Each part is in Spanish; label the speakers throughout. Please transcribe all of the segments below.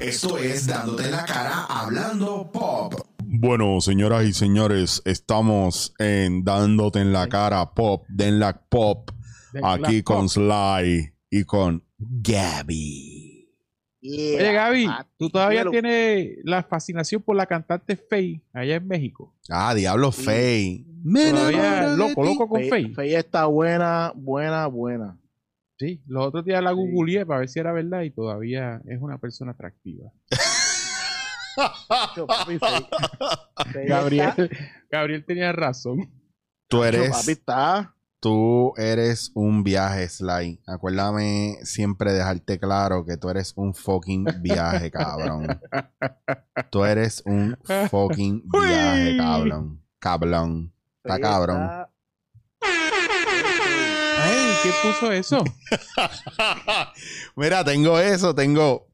Speaker 1: Esto es Dándote la cara hablando pop.
Speaker 2: Bueno, señoras y señores, estamos en Dándote en la cara pop, Denlac Pop, aquí con Sly y con Gabby.
Speaker 3: ah,
Speaker 4: Oye, Gaby, tú todavía tienes la fascinación por la cantante Faye allá en México.
Speaker 2: Ah, diablo Faye. Me
Speaker 4: Todavía
Speaker 2: enamoro de
Speaker 4: loco,
Speaker 2: ti.
Speaker 4: loco con Faye.
Speaker 3: Fey está buena, buena, buena.
Speaker 4: Sí, los otros días la googleé para ver si era verdad y todavía es una persona atractiva.
Speaker 3: Yo, papi, Fey- Fey
Speaker 4: Gabriel,
Speaker 3: está-
Speaker 4: Gabriel tenía razón.
Speaker 2: Tú
Speaker 3: yo, papi,
Speaker 2: eres,
Speaker 3: está.
Speaker 2: tú eres un viaje, Sly. Acuérdame siempre dejarte claro que tú eres un fucking viaje, cabrón. Tú eres un fucking viaje,
Speaker 4: Uy.
Speaker 2: cabrón. Cablón. Está
Speaker 3: Fey
Speaker 2: cabrón.
Speaker 3: está-
Speaker 4: Ay, ¿qué puso eso?
Speaker 2: Mira, tengo eso, tengo.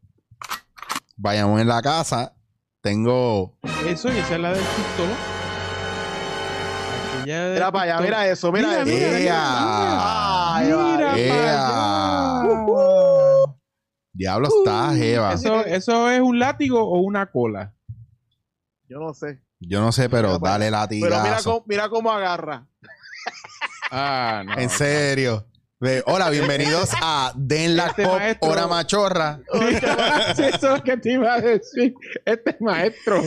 Speaker 2: Vayamos en la casa. Tengo.
Speaker 4: Eso, y esa es la del TikTok. Aquella del
Speaker 3: Mira para allá,
Speaker 4: TikTok.
Speaker 3: mira eso, mira,
Speaker 4: Mira,
Speaker 3: eso.
Speaker 4: mira, mira,
Speaker 2: ¡Ea!
Speaker 3: Ay,
Speaker 4: Mira
Speaker 3: vale.
Speaker 4: para
Speaker 2: ¡Ea! Uh-huh.
Speaker 4: allá.
Speaker 2: Diablo está, Jeva.
Speaker 4: Eso, eso es un látigo o una cola.
Speaker 3: Yo no sé.
Speaker 2: Yo no sé, pero
Speaker 3: Mira,
Speaker 4: pues,
Speaker 3: pa-
Speaker 2: dale
Speaker 3: Pero mira
Speaker 2: latigazo.
Speaker 3: cómo, mira cómo agarra.
Speaker 4: Ah, no.
Speaker 2: En serio. Ve, Hola, bienvenidos a Den la
Speaker 4: Este
Speaker 2: Pop
Speaker 4: maestro-
Speaker 2: Hora Machorra.
Speaker 4: Sí, eso es lo que te iba a decir. Este maestro.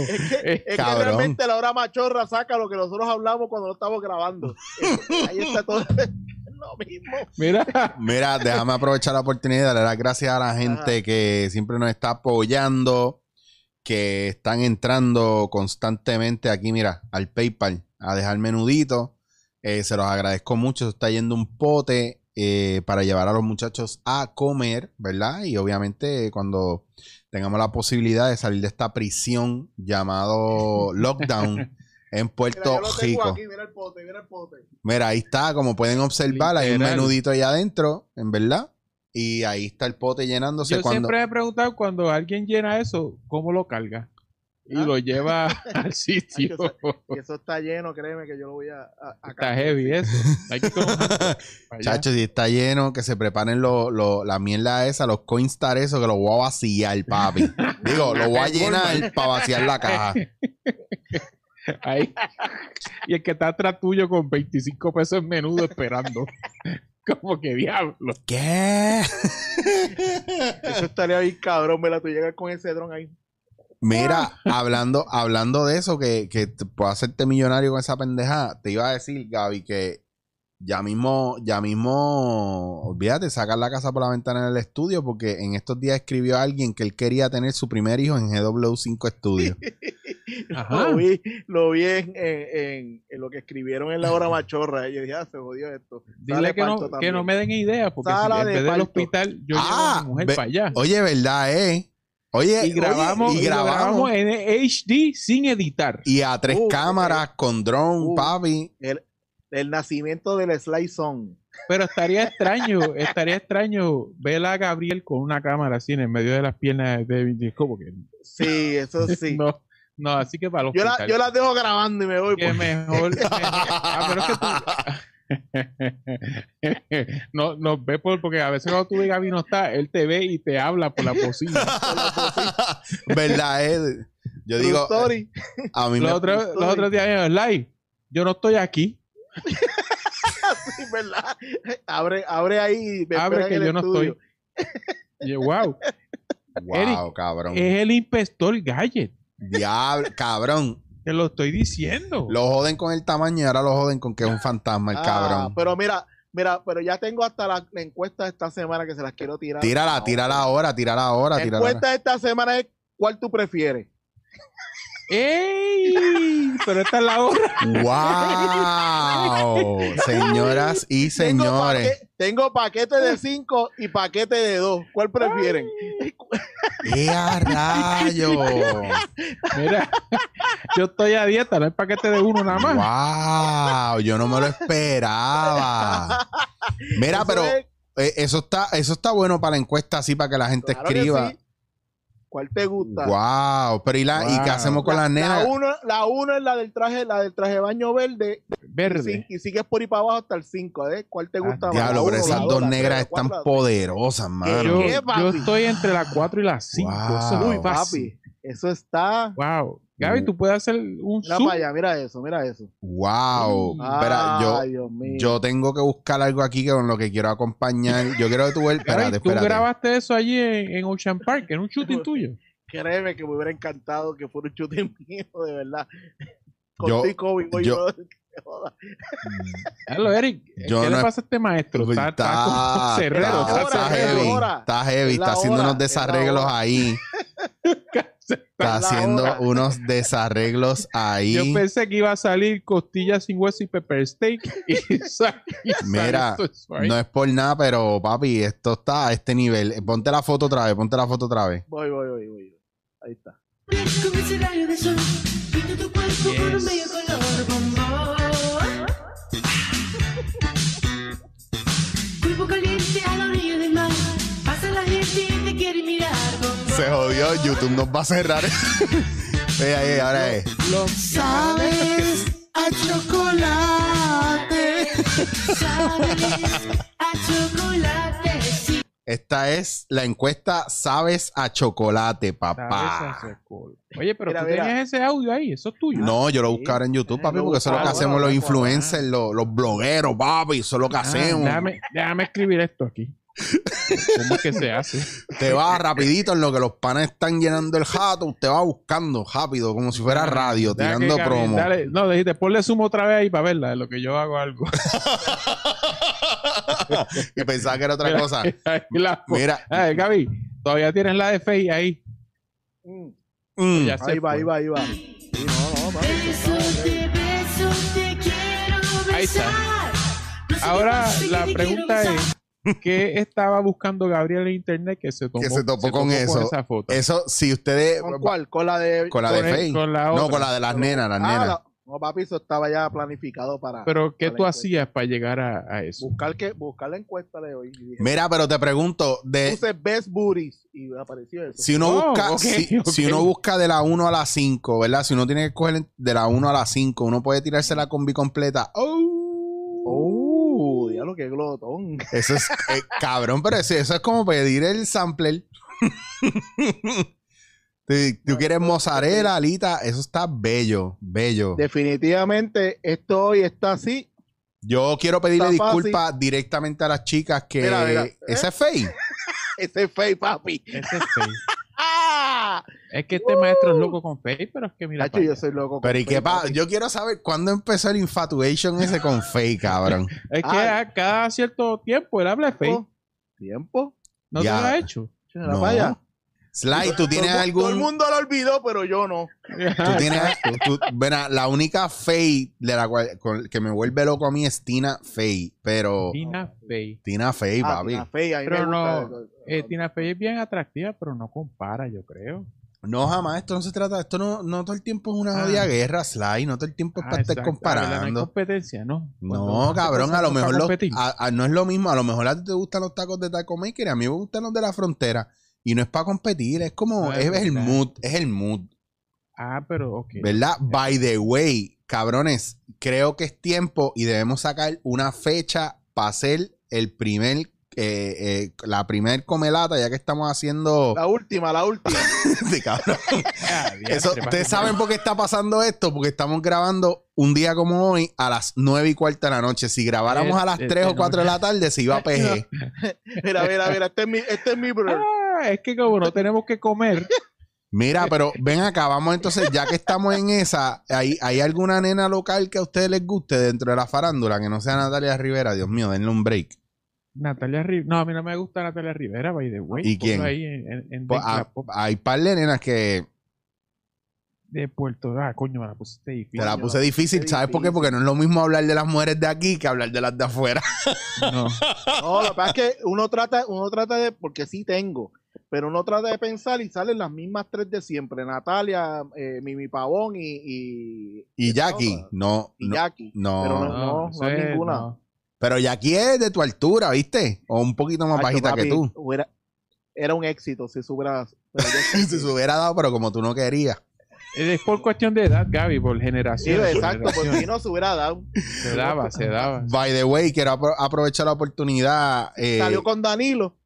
Speaker 4: Eh,
Speaker 3: Es
Speaker 2: Cabrón.
Speaker 3: que realmente la hora machorra saca lo que nosotros hablamos cuando no estamos grabando. Eh, Ahí está todo. es lo mismo.
Speaker 4: Mira,
Speaker 2: Mira, déjame aprovechar la oportunidad de darle las gracias a la gente que siempre nos está apoyando, que están entrando constantemente aquí, mira, al PayPal a dejar menudito. Eh, se los agradezco mucho. Se está yendo un pote eh, para llevar a los muchachos a comer, ¿verdad? Y obviamente eh, cuando tengamos la posibilidad de salir de esta prisión llamado lockdown en
Speaker 3: Mira,
Speaker 2: Puerto
Speaker 3: yo lo tengo
Speaker 2: Rico.
Speaker 3: aquí, mira el pote, mira el pote.
Speaker 2: Mira, ahí está, como pueden observar, hay un
Speaker 4: Literal.
Speaker 2: menudito allá adentro, en verdad. Y ahí está el pote llenándose
Speaker 4: yo
Speaker 2: cuando.
Speaker 4: siempre me he preguntado cuando alguien llena eso, ¿cómo lo carga? Y
Speaker 3: Ah.
Speaker 4: lo lleva al sitio.
Speaker 3: Ay, Y eso está lleno, créeme que yo lo voy a. a- a
Speaker 4: Está heavy eso. Hay que tomar- Allá.
Speaker 2: Chacho, si está lleno, que se preparen lo, lo- la mierda esa, los coinstar eso, que lo voy a vaciar, papi. Digo, lo voy a llenar para vaciar la caja.
Speaker 4: Ahí. Y el que está atrás tuyo con 25 pesos en menudo esperando. Como que diablo.
Speaker 2: ¿Qué?
Speaker 3: Eso estaría bien cabrón, ¿verdad? Tú llegas con ese dron ahí.
Speaker 2: Mira,
Speaker 4: Ah.
Speaker 2: hablando, hablando de eso, que, que te- puedo hacerte millonario con esa pendejada, te iba a decir, Gaby, que ya mismo, ya mismo, olvídate, sacar la casa por la ventana en el estudio, porque en estos días escribió alguien que él quería tener su primer hijo en GW5 Studio.
Speaker 4: Ajá.
Speaker 3: Lo vi, lo vi en, en- en- en lo que escribieron en la hora machorra. Y yo dije, ah, se jodió esto.
Speaker 4: Dile
Speaker 3: Sale
Speaker 4: que no,
Speaker 3: parto
Speaker 4: que no
Speaker 3: también.
Speaker 4: me den ideas, porque si
Speaker 3: Sala
Speaker 4: en
Speaker 3: de
Speaker 4: vez del
Speaker 3: parto.
Speaker 4: hospital yo llevo a
Speaker 2: Ah,
Speaker 4: mi mujer
Speaker 2: ve-
Speaker 4: para allá.
Speaker 2: Oye, ¿verdad, eh? Oye,
Speaker 4: y grabamos,
Speaker 2: oye,
Speaker 4: y grabamos. en HD sin editar.
Speaker 2: Y a tres
Speaker 3: Uh,
Speaker 2: cámaras, con drone,
Speaker 3: Uh.
Speaker 2: papi.
Speaker 3: El, el nacimiento del Sly Song.
Speaker 4: Pero estaría extraño, estaría extraño ver a Gabriel con una cámara así en el medio de las piernas de David. Es como que
Speaker 3: Sí, eso sí.
Speaker 4: no, no, así que para los
Speaker 3: Yo la, yo la dejo grabando y me voy.
Speaker 4: que
Speaker 3: porque-
Speaker 4: mejor, mejor- a menos que tú no, nos ve por, porque a veces cuando tú ves Gaby no está, él te ve y te habla por la bocina.
Speaker 2: ¿Verdad, eh? Yo
Speaker 3: True
Speaker 2: digo, eh.
Speaker 3: story.
Speaker 2: a mí
Speaker 4: Los
Speaker 2: me
Speaker 4: otros, los otros días en el live, yo no estoy aquí,
Speaker 3: Sí, ¿verdad? Abre, abre ahí y me
Speaker 4: abre
Speaker 3: espera
Speaker 4: que
Speaker 3: en el
Speaker 4: yo no
Speaker 3: estudio.
Speaker 4: estoy. Y yo, wow,
Speaker 2: Wow,
Speaker 4: Eric, Eh.
Speaker 2: cabrón.
Speaker 4: es el inspector Gadget,
Speaker 2: Diablo, cabrón.
Speaker 4: te lo estoy diciendo.
Speaker 2: Lo joden con el tamaño y ahora lo joden con que es un fantasma, el
Speaker 3: Ah,
Speaker 2: cabrón.
Speaker 3: Pero mira, mira, pero ya tengo hasta la, la encuesta de esta semana que se las quiero tirar.
Speaker 2: Tírala, tírala
Speaker 3: pues.
Speaker 2: ahora, tírala ahora,
Speaker 3: La
Speaker 2: tírala ahora.
Speaker 3: encuesta de esta semana es cuál tú prefieres.
Speaker 4: ¡Ey! Pero esta es la hora.
Speaker 2: ¡Wow! Señoras y
Speaker 3: Tengo
Speaker 2: señores.
Speaker 3: paque- Tengo paquete de 5 y paquete de 2. ¿Cuál prefieren?
Speaker 2: ¡Qué a rayo!
Speaker 4: Mira, yo estoy a dieta, no hay paquete de uno nada más.
Speaker 2: ¡Wow! Yo no me lo esperaba. Mira,
Speaker 3: Eso
Speaker 2: pero
Speaker 3: es-
Speaker 2: eh, eso está, eso está bueno para la encuesta, así para que la gente
Speaker 3: claro que
Speaker 2: escriba.
Speaker 3: sí. ¿Cuál te gusta?
Speaker 2: ¡Wow! Pero ¿y, la- y qué
Speaker 4: Wow.
Speaker 2: hacemos con las
Speaker 3: La
Speaker 2: nenas?
Speaker 3: uno, la uno es la del traje, la del traje de baño verde.
Speaker 4: Verde. Ah,
Speaker 3: Y, sigues por ahí para abajo hasta el 5, ¿eh? ¿Cuál te gusta más?
Speaker 2: Diablo,
Speaker 3: La
Speaker 2: pero
Speaker 3: uno,
Speaker 2: esas
Speaker 3: la
Speaker 2: dos
Speaker 3: la tres,
Speaker 2: negras
Speaker 3: la
Speaker 2: están
Speaker 3: cuatro, la-
Speaker 2: poderosas, mano.
Speaker 4: Yo,
Speaker 3: ¿Qué,
Speaker 4: yo
Speaker 3: papi?
Speaker 4: estoy entre la 4 y la 5. Eso es
Speaker 2: Wow.
Speaker 4: muy fácil.
Speaker 3: Papi, eso está...
Speaker 2: Mm.
Speaker 4: Wow. Gaby, tú puedes hacer un
Speaker 3: Mira
Speaker 4: zoom?
Speaker 3: para allá, mira eso, mira eso.
Speaker 2: Wow.
Speaker 4: Mm.
Speaker 2: Espera, yo,
Speaker 3: Ay, Dios mío.
Speaker 2: yo tengo que buscar algo aquí con lo que quiero acompañar. Yo quiero que tú vuel-
Speaker 4: Gaby,
Speaker 2: Espérate,
Speaker 4: tú
Speaker 2: espérate.
Speaker 4: grabaste eso allí en, en Ocean Park, en un shooting tuyo.
Speaker 3: Créeme que me hubiera encantado que fuera un chute mío, de verdad.
Speaker 2: Yo-
Speaker 3: Con ti, Kobe, hoy
Speaker 2: yo-
Speaker 3: no, que joda.
Speaker 2: Mm,
Speaker 4: Hello, Eric.
Speaker 2: Yo
Speaker 4: ¿Qué
Speaker 2: no
Speaker 4: le
Speaker 2: es-
Speaker 4: pasa a este maestro? Está, está como cerrero.
Speaker 2: está-
Speaker 4: Está,
Speaker 2: está
Speaker 3: es la
Speaker 2: heavy.
Speaker 3: hora.
Speaker 2: Está heavy.
Speaker 3: Es la
Speaker 2: Está haciendo
Speaker 3: hora,
Speaker 2: unos
Speaker 3: es la
Speaker 2: desarreglos
Speaker 3: hora.
Speaker 2: ahí. Está
Speaker 3: Es la
Speaker 2: haciendo
Speaker 3: hora.
Speaker 2: unos desarreglos
Speaker 4: Yo
Speaker 2: ahí.
Speaker 4: pensé que iba a salir costillas sin hueso y pepper steak. Y sa- y sale
Speaker 2: Mira,
Speaker 4: esto, eso ahí.
Speaker 2: No es por nada, pero papi, esto está a este nivel. Eh, Ponte la foto otra vez, ponte la foto otra vez.
Speaker 3: Voy, voy, voy, voy. Ahí está.
Speaker 5: Como ese rayo de sol, pinta tu cuerpo con un bello color bombón. Cuerpo caliente a la orilla del mar, pasa la gente y te quiere mirar. bombón.
Speaker 2: Se jodió, YouTube nos va a cerrar. Ey, ahí, ahora es. Sabes a chocolate.
Speaker 5: Sabes a chocolate, sí.
Speaker 2: Esta es la encuesta Sabes a chocolate,
Speaker 4: Cabeza
Speaker 2: papá.
Speaker 4: se cola. Oye, pero
Speaker 3: Mira,
Speaker 4: tú
Speaker 3: mira.
Speaker 4: tenías ese audio ahí, eso es tuyo.
Speaker 2: No, yo lo busco ahora en YouTube, papi, porque eso es lo que
Speaker 3: Ah,
Speaker 2: hacemos
Speaker 3: bueno,
Speaker 2: los
Speaker 3: bueno,
Speaker 2: influencers, los, los blogueros, papi. Eso es lo que
Speaker 4: Ah,
Speaker 2: hacemos.
Speaker 4: déjame, déjame escribir esto aquí. ¿Cómo es que se hace?
Speaker 2: Te vas rapidito en lo que los panes están llenando el jato. Usted va buscando rápido, como si fuera radio,
Speaker 4: Deja que
Speaker 2: tirando
Speaker 4: Gaby-
Speaker 2: promo.
Speaker 4: Ah, dale- no, dijiste, ponle sumo otra vez ahí para verla, de lo que yo hago algo.
Speaker 2: y pensaba que era otra
Speaker 4: Mira,
Speaker 2: cosa.
Speaker 4: ahí la-
Speaker 2: Mira,
Speaker 4: Ay, Gaby, todavía tienes la de Fey ahí.
Speaker 3: Mm,
Speaker 2: mm,
Speaker 4: Ya se
Speaker 3: Ahí va,
Speaker 4: fue.
Speaker 3: ahí va, ahí va. Sí, no, no, papi,
Speaker 5: Beso, te beso, te quiero besar.
Speaker 4: Ahí está.
Speaker 5: No sé
Speaker 4: Ahora
Speaker 5: qué pasa, que
Speaker 4: la
Speaker 5: te quiero
Speaker 4: pregunta
Speaker 5: besar.
Speaker 4: es, ¿qué estaba buscando Gabriel en internet que se, tomó,
Speaker 2: se topó con eso?
Speaker 4: esa foto?
Speaker 2: eso, si ustedes.
Speaker 3: ¿Con cuál? Con la de...
Speaker 2: Pues, Con la
Speaker 4: Con
Speaker 2: de
Speaker 4: el-
Speaker 2: Fey.
Speaker 4: con la
Speaker 2: No,
Speaker 4: otra.
Speaker 2: con la de las nenas, las
Speaker 3: Ah,
Speaker 2: nenas.
Speaker 3: la- No, papi, eso estaba ya planificado para
Speaker 4: Pero ¿qué
Speaker 3: Vale,
Speaker 4: tú
Speaker 3: pues.
Speaker 4: hacías para llegar a, a eso?
Speaker 3: buscar que buscar la encuesta de hoy. Y dije,
Speaker 2: Mira, pero te pregunto, de,
Speaker 3: puse best booties y apareció eso.
Speaker 2: si uno
Speaker 4: Oh,
Speaker 2: busca,
Speaker 4: ok,
Speaker 2: si,
Speaker 4: ok.
Speaker 2: si uno busca de la 1 a la 5, ¿verdad? Si uno tiene que coger de la 1 a la 5, uno puede tirarse la combi completa.
Speaker 3: Oh, diablo, qué glotón.
Speaker 2: Eso es eh, cabrón, pero eso, eso es como pedir el sampler. tú, tú quieres mozzarella, alita, eso está bello, bello.
Speaker 3: Definitivamente esto hoy está así.
Speaker 2: Yo quiero pedirle
Speaker 3: Está fácil.
Speaker 2: disculpas directamente a las chicas que
Speaker 3: Mira, mira, ¿eh?
Speaker 2: ese es fake.
Speaker 3: Ese es fey, papi.
Speaker 4: Ese es Fey.
Speaker 3: ¡Ah!
Speaker 4: Es que este maestro es loco con Fey, pero es que
Speaker 2: Ah,
Speaker 4: mira.
Speaker 3: Nacho,
Speaker 4: para
Speaker 3: yo
Speaker 4: allá.
Speaker 3: soy loco.
Speaker 2: Pero y qué
Speaker 3: pasa?
Speaker 2: pa- yo quiero saber cuándo empezó el infatuation ese con fake, cabrón.
Speaker 4: Es que
Speaker 2: Ah.
Speaker 3: Ay.
Speaker 4: a cada cierto tiempo él habla de Fey.
Speaker 3: ¿Tiempo?
Speaker 4: ¿No
Speaker 2: Ya.
Speaker 4: te lo ha hecho?
Speaker 3: Chela,
Speaker 2: No.
Speaker 3: vaya.
Speaker 2: Sly, tú tienes
Speaker 3: todo, el mu- Todo el
Speaker 2: algún
Speaker 3: mundo lo olvidó, pero yo no. Ah,
Speaker 2: tú tienes tú- verá, la única fake de la cual con- que me vuelve loco a mí es Tina Fey, pero
Speaker 4: Tina Fey.
Speaker 2: Tina Fey,
Speaker 3: Ah,
Speaker 2: papi.
Speaker 3: Tina Fey, a mí me
Speaker 4: Pero
Speaker 3: gusta.
Speaker 4: no, eh, Tina Fey es bien atractiva, pero no compara, yo creo.
Speaker 2: No, jamás, esto no se trata, esto no, no todo el tiempo es una
Speaker 4: Ah.
Speaker 2: odia guerra, Sly, no todo el tiempo es
Speaker 4: Ah,
Speaker 2: para estar
Speaker 4: exacto. Ah, ¿verdad? No hay
Speaker 2: comparando.
Speaker 4: competencia, ¿no? Cuando
Speaker 2: No,
Speaker 4: hay
Speaker 2: cabrón, a lo
Speaker 4: competencia, no es
Speaker 2: mejor
Speaker 4: para
Speaker 2: los-
Speaker 4: competir.
Speaker 2: a- a- no es lo mismo, a lo mejor a ti te gustan los tacos de taco maker, y a mí me gustan los de la frontera y no es para competir, es como
Speaker 4: No
Speaker 2: es,
Speaker 4: es
Speaker 2: el
Speaker 4: verdad.
Speaker 2: mood, es el mood,
Speaker 4: Ah, pero ok.
Speaker 2: ¿verdad? By the way, cabrones, creo que es tiempo y debemos sacar una fecha para hacer el primer eh, eh, la primer comelata ya que estamos haciendo
Speaker 3: La última, la última.
Speaker 2: de cabrón.
Speaker 4: Ah, diantre,
Speaker 2: Eso,
Speaker 4: papi,
Speaker 2: Ustedes
Speaker 4: no.
Speaker 2: saben por qué está pasando esto, porque estamos grabando un día como hoy a las 9 y cuarta de la noche. Si grabáramos a las
Speaker 4: Este,
Speaker 2: 3 o
Speaker 4: no.
Speaker 2: 4 de la tarde, se iba a PG.
Speaker 3: Mira, mira, mira, este es mi, este es mi brother.
Speaker 4: Ah, es que como no tenemos que comer,
Speaker 2: Mira, pero ven acá, vamos entonces, ya que estamos en esa, ¿hay, ¿hay alguna nena local que a ustedes les guste dentro de la farándula que no sea Natalia Rivera? Dios mío, denle un break.
Speaker 4: Natalia Rivera. No, a mí no me gusta Natalia Rivera, by the way.
Speaker 2: ¿Y
Speaker 4: Ponlo
Speaker 2: quién?
Speaker 4: Ahí en, en- en
Speaker 2: Pues,
Speaker 4: Dance
Speaker 2: ah,
Speaker 4: Club
Speaker 2: hay par de nenas que
Speaker 4: de Puerto Ah, coño, me la pusiste difícil.
Speaker 2: te la puse difícil,
Speaker 3: qué
Speaker 2: ¿sabes por qué?
Speaker 3: difícil.
Speaker 2: Porque no es lo mismo hablar de las mujeres de aquí que hablar de las de afuera.
Speaker 4: No.
Speaker 3: No, lo que pasa es que uno trata, uno trata de, porque sí tengo, pero uno trata de pensar y salen las mismas tres de siempre, Natalia, eh, Mimi Pavón y, y,
Speaker 2: Y Jackie, no,
Speaker 3: y
Speaker 2: no,
Speaker 3: Jackie.
Speaker 2: no.
Speaker 3: pero no-
Speaker 4: eso
Speaker 3: no hay
Speaker 4: es-
Speaker 3: ninguna.
Speaker 4: no.
Speaker 2: Pero Jackie es de tu altura, ¿viste? O un poquito más
Speaker 3: Hacho,
Speaker 2: bajita
Speaker 3: papi,
Speaker 2: que tú.
Speaker 3: hubiera- era un éxito si subieras.
Speaker 2: si se hubiera dado, pero como tú no querías.
Speaker 4: Es por cuestión de edad, Gaby, por
Speaker 3: Sí,
Speaker 4: generación. por
Speaker 3: exacto, porque si
Speaker 4: generación.
Speaker 3: no se hubiera dado.
Speaker 4: Se daba, se daba.
Speaker 2: By the way, quiero apro- aprovechar la oportunidad. eh,
Speaker 3: Salió con Danilo.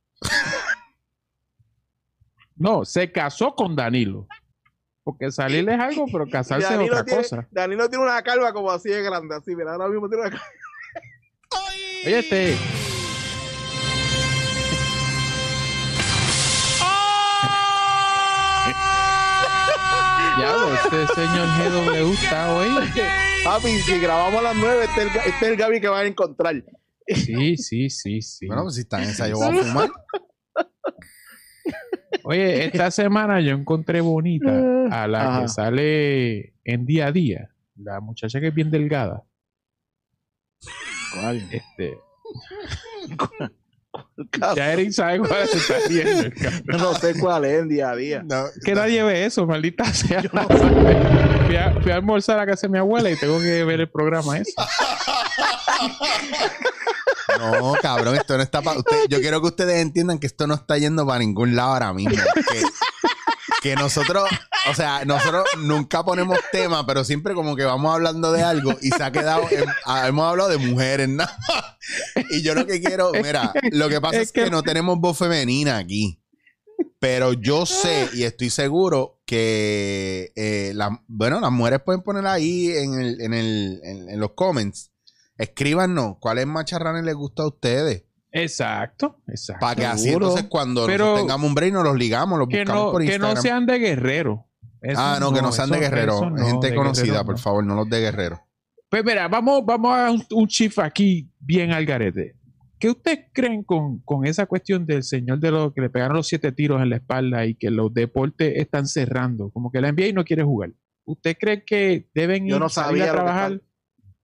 Speaker 4: No, se casó con Danilo. Porque salir es algo, pero casarse es
Speaker 3: Danilo
Speaker 4: otra
Speaker 3: tiene,
Speaker 4: cosa.
Speaker 3: Danilo tiene una calva como así de grande, así, mira, ahora mismo tiene una calva.
Speaker 4: Oye, este. Diablo, este señor GW está hoy.
Speaker 3: Papi, si grabamos a las 9, este es el, Ga- este es el Gaby que van a encontrar.
Speaker 4: Sí, sí, sí, sí.
Speaker 2: Bueno, pues si están ensayo, voy a fumar.
Speaker 4: Oye, esta semana yo encontré bonita a la
Speaker 3: Ajá.
Speaker 4: que sale en día a día. La muchacha que es bien delgada. Este, ya Eric sabe cuál se está viendo. cabrón.
Speaker 3: No sé cuál es el día a día.
Speaker 2: No,
Speaker 4: Que nadie ve eso, maldita sea. Fui a, fui a almorzar a casa de mi abuela y tengo que ver el programa ese.
Speaker 2: no, cabrón, esto no está para usted. Yo quiero que ustedes entiendan que esto no está yendo para ningún lado ahora mismo. Que, que nosotros, o sea, nosotros nunca ponemos tema, pero siempre como que vamos hablando de algo y se ha quedado, en- ah, hemos hablado de mujeres, ¿no? Y yo lo que quiero, mira, lo que pasa
Speaker 4: Es
Speaker 2: es, que,
Speaker 4: que-
Speaker 2: no tenemos voz femenina aquí. Pero yo sé y estoy seguro que, eh, la- bueno, las mujeres pueden poner ahí en, el- en el- en- en los comments. Escríbanos cuáles macharranes les gusta a ustedes.
Speaker 4: Exacto, exacto.
Speaker 2: Para que así
Speaker 4: Seguro.
Speaker 2: entonces cuando
Speaker 4: Pero-
Speaker 2: nosotros tengamos un break nos los ligamos, los
Speaker 4: que
Speaker 2: buscamos
Speaker 4: no,
Speaker 2: por
Speaker 4: que no
Speaker 2: Instagram.
Speaker 4: sean de guerrero. Eso
Speaker 2: ah, no, que no sean de
Speaker 4: eso-
Speaker 2: guerrero.
Speaker 4: eso no,
Speaker 2: Gente
Speaker 4: de
Speaker 2: conocida,
Speaker 4: guerrero
Speaker 2: por
Speaker 4: no.
Speaker 2: favor, no los de guerrero.
Speaker 4: Pues mira, vamos, vamos a un, un shift aquí bien al garete. ¿Qué ustedes creen con, con esa cuestión del señor de los que le pegaron los siete tiros en la espalda y que los deportes están cerrando? Como que la NBA no quiere jugar. ¿Usted cree que deben
Speaker 3: Yo
Speaker 4: ir
Speaker 3: no
Speaker 4: salir
Speaker 3: sabía
Speaker 4: a
Speaker 3: lo que
Speaker 4: trabajar?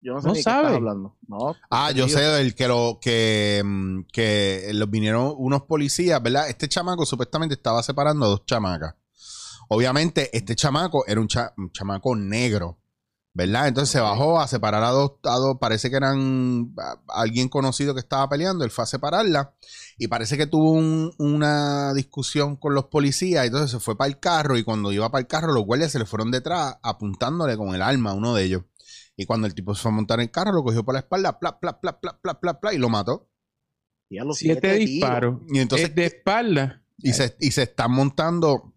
Speaker 3: Yo no sé
Speaker 4: No
Speaker 3: ni de
Speaker 4: sabe.
Speaker 3: qué estás hablando. No,
Speaker 2: Ah, yo
Speaker 3: Dios.
Speaker 2: sé del que lo que, mm, que los vinieron unos policías, ¿verdad? Este chamaco supuestamente estaba separando a dos chamacas. Obviamente, este chamaco era un, cha- un chamaco negro, ¿verdad? Entonces se bajó a separar a dos, a dos- parece que eran a- alguien conocido que estaba peleando, él fue a separarla y parece que tuvo un- una discusión con los policías, entonces se fue para el carro y cuando iba para el carro los guardias se le fueron detrás apuntándole con el alma a uno de ellos. Y cuando el tipo se fue a montar en el carro, lo cogió por la espalda, pla, pla, pla, pla, pla, pla, pla, y lo mató.
Speaker 3: ya los
Speaker 4: siete,
Speaker 3: tiros.
Speaker 4: disparos.
Speaker 2: Y entonces,
Speaker 4: Es de espalda.
Speaker 2: y se, y se están montando.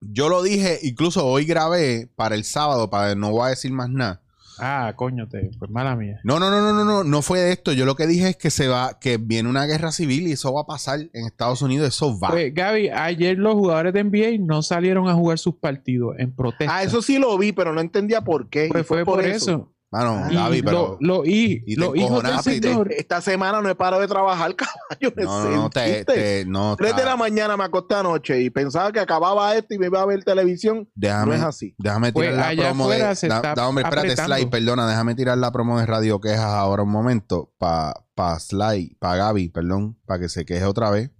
Speaker 2: Yo lo dije, incluso hoy grabé para el sábado, para no voy a decir más nada.
Speaker 4: Ah, coño, te, pues mala mía.
Speaker 2: No, no, no, no, no, no, no fue de esto. Yo lo que dije es que se va, que viene una guerra civil y eso va a pasar en Estados Unidos, eso va.
Speaker 4: Pues, Gaby, ayer los jugadores de NBA no salieron a jugar sus partidos en protesta.
Speaker 3: Ah, eso sí lo vi, pero no entendía por qué.
Speaker 4: Pues
Speaker 3: Y
Speaker 4: fue por, eso.
Speaker 2: Mano,
Speaker 4: Y
Speaker 2: Gaby, pero
Speaker 4: lo- lo- y-
Speaker 2: y te
Speaker 4: los hijos del
Speaker 2: encojonaste y te-
Speaker 4: señor
Speaker 3: Esta semana no he parado de trabajar, caballo. ¿me
Speaker 2: no, no, no, te,
Speaker 3: sentiste?
Speaker 2: te- Ah. no,
Speaker 3: Tres de
Speaker 2: está-
Speaker 3: la mañana me acosté anoche y pensaba que acababa esto y me iba a ver televisión. No
Speaker 2: déjame,
Speaker 3: es así.
Speaker 2: déjame
Speaker 4: Pues,
Speaker 2: tirar la
Speaker 4: allá
Speaker 2: promo de,
Speaker 4: afuera se
Speaker 2: da-
Speaker 4: está
Speaker 2: da- hombre, espérate,
Speaker 4: apretando.
Speaker 2: Sly, perdona, déjame tirar la promo de Radio Quejas ahora un momento para pa Sly, para Gaby, perdón, para que se queje otra vez.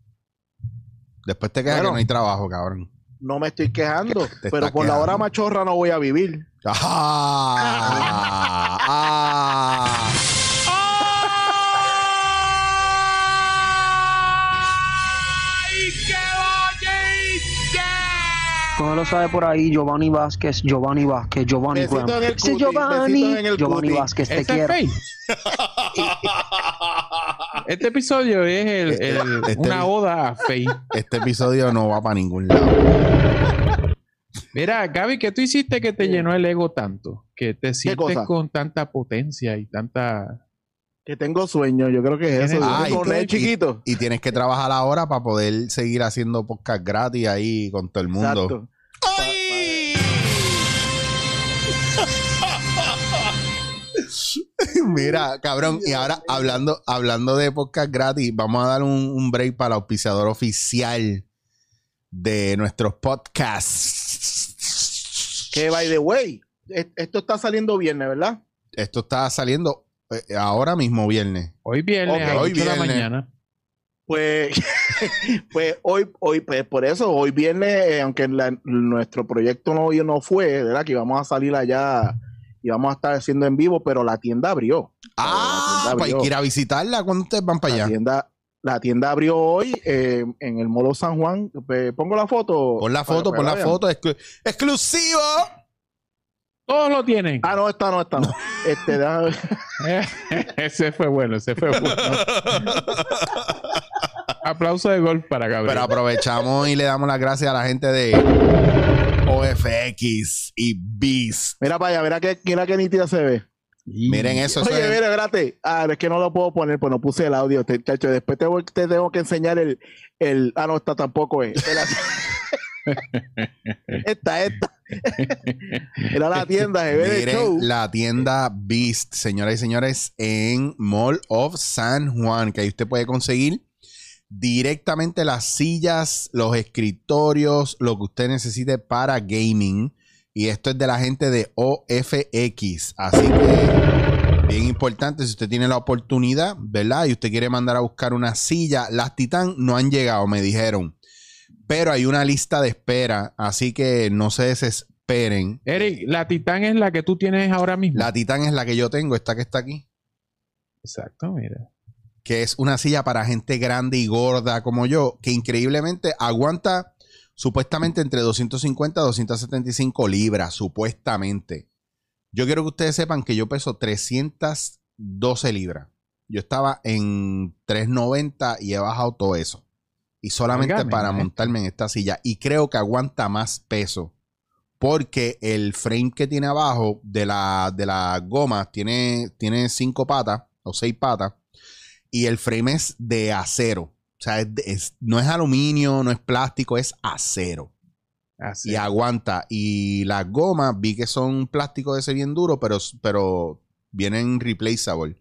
Speaker 2: Después te quejas
Speaker 3: Bueno.
Speaker 2: que no hay trabajo, cabrón.
Speaker 3: No me estoy quejando,
Speaker 2: estás
Speaker 3: pero por la
Speaker 2: quejando.
Speaker 3: hora machorra no voy a vivir.
Speaker 2: Ah, ah.
Speaker 6: Como lo sabe por ahí, Giovanni Vázquez, Giovanni Vázquez, Giovanni
Speaker 3: Besito
Speaker 6: Graham.
Speaker 3: en el cuti,
Speaker 6: Sí,
Speaker 3: besito en
Speaker 6: Giovanni,
Speaker 3: el
Speaker 6: Giovanni
Speaker 3: cuti.
Speaker 6: Vázquez, te
Speaker 4: Ese es
Speaker 6: quiero.
Speaker 4: fake. Este episodio es el- el-
Speaker 2: Este-
Speaker 4: una oda a Faye.
Speaker 2: Este episodio no va para ningún lado.
Speaker 4: Mira, Gaby, ¿qué tú hiciste que te llenó el ego tanto? Que te sientes
Speaker 3: cosa?
Speaker 4: con tanta potencia y tanta...
Speaker 3: Que tengo sueño, yo creo que es eso.
Speaker 4: Tienes-
Speaker 3: Yo
Speaker 2: Ay,
Speaker 3: tengo
Speaker 2: tú-
Speaker 3: nene chiquito.
Speaker 2: Y tienes que trabajar ahora para poder seguir haciendo podcast gratis ahí con todo el mundo.
Speaker 3: Exacto.
Speaker 2: Mira, cabrón, y ahora hablando, hablando de podcast gratis, vamos a dar un, un break para el auspiciador oficial de nuestros podcasts.
Speaker 3: Que by the way, es- esto está saliendo viernes, ¿verdad?
Speaker 2: Esto está saliendo eh, ahora mismo viernes.
Speaker 4: Hoy viernes
Speaker 3: Ok,
Speaker 4: a las
Speaker 2: hoy
Speaker 4: 8 de la
Speaker 2: viernes.
Speaker 4: mañana.
Speaker 3: Pues, pues hoy, hoy, pues por eso, hoy viernes, eh, aunque la- nuestro proyecto no, no fue, ¿verdad? Que íbamos a salir allá y vamos a estar haciendo en vivo, pero la tienda abrió.
Speaker 2: Ah,
Speaker 3: la tienda
Speaker 2: para
Speaker 3: abrió.
Speaker 2: ir a visitarla. ¿Cuándo ustedes van para
Speaker 3: La
Speaker 2: allá?
Speaker 3: tienda, la tienda abrió hoy eh, en el Molo San Juan. Eh, Pongo la foto.
Speaker 2: Pon la
Speaker 3: para
Speaker 2: foto,
Speaker 3: que
Speaker 2: pon la
Speaker 3: vean.
Speaker 2: foto. exclu- ¡Exclusivo!
Speaker 4: Todos lo tienen.
Speaker 3: Ah, no, esta no, esta no. Este, déjame ver.
Speaker 4: ese fue bueno, ese fue bueno. Aplauso de gol para Gabriel.
Speaker 2: Pero aprovechamos y le damos las gracias a la gente de OFX y Beast.
Speaker 3: Mira para allá, mira que, mira que nítida se ve.
Speaker 2: Miren eso. eso
Speaker 3: Oye,
Speaker 2: es-
Speaker 3: mira, espérate. Ah, es que no lo puedo poner, pues no puse el audio, te- chacho. Después te, voy- te tengo que enseñar el, el. Ah, no, esta tampoco es. Era- esta, esta. Era la tienda, se ve de show.
Speaker 2: Miren la tienda Beast, señoras y señores, en Mall of San Juan, que ahí usted puede conseguir directamente las sillas, los escritorios, lo que usted necesite para gaming. Y esto es de la gente de OFX. Así que, bien importante, si usted tiene la oportunidad, ¿verdad? Y usted quiere mandar a buscar una silla, las Titan no han llegado, me dijeron. Pero hay una lista de espera, así que no se desesperen.
Speaker 4: Eric, la Titán es la que tú tienes ahora mismo.
Speaker 2: La Titan es la que yo tengo, esta que está aquí,
Speaker 4: Exacto, mira.
Speaker 2: que es una silla para gente grande y gorda como yo, que increíblemente aguanta supuestamente entre 250 a 275 libras, supuestamente. Yo quiero que ustedes sepan que yo peso 312 libras. Yo estaba en 390 y he bajado todo eso. Y solamente
Speaker 4: Válgame,
Speaker 2: para
Speaker 4: maestro.
Speaker 2: montarme en esta silla. Y creo que aguanta más peso. Porque el frame que tiene abajo de la, de la goma tiene, tiene cinco patas o seis patas. Y el frame es de acero. O sea, es de- es- no es aluminio, no es plástico, es acero
Speaker 4: Así.
Speaker 2: y aguanta. Y las gomas, vi que son plástico de ese bien duro, pero, pero vienen replaceable.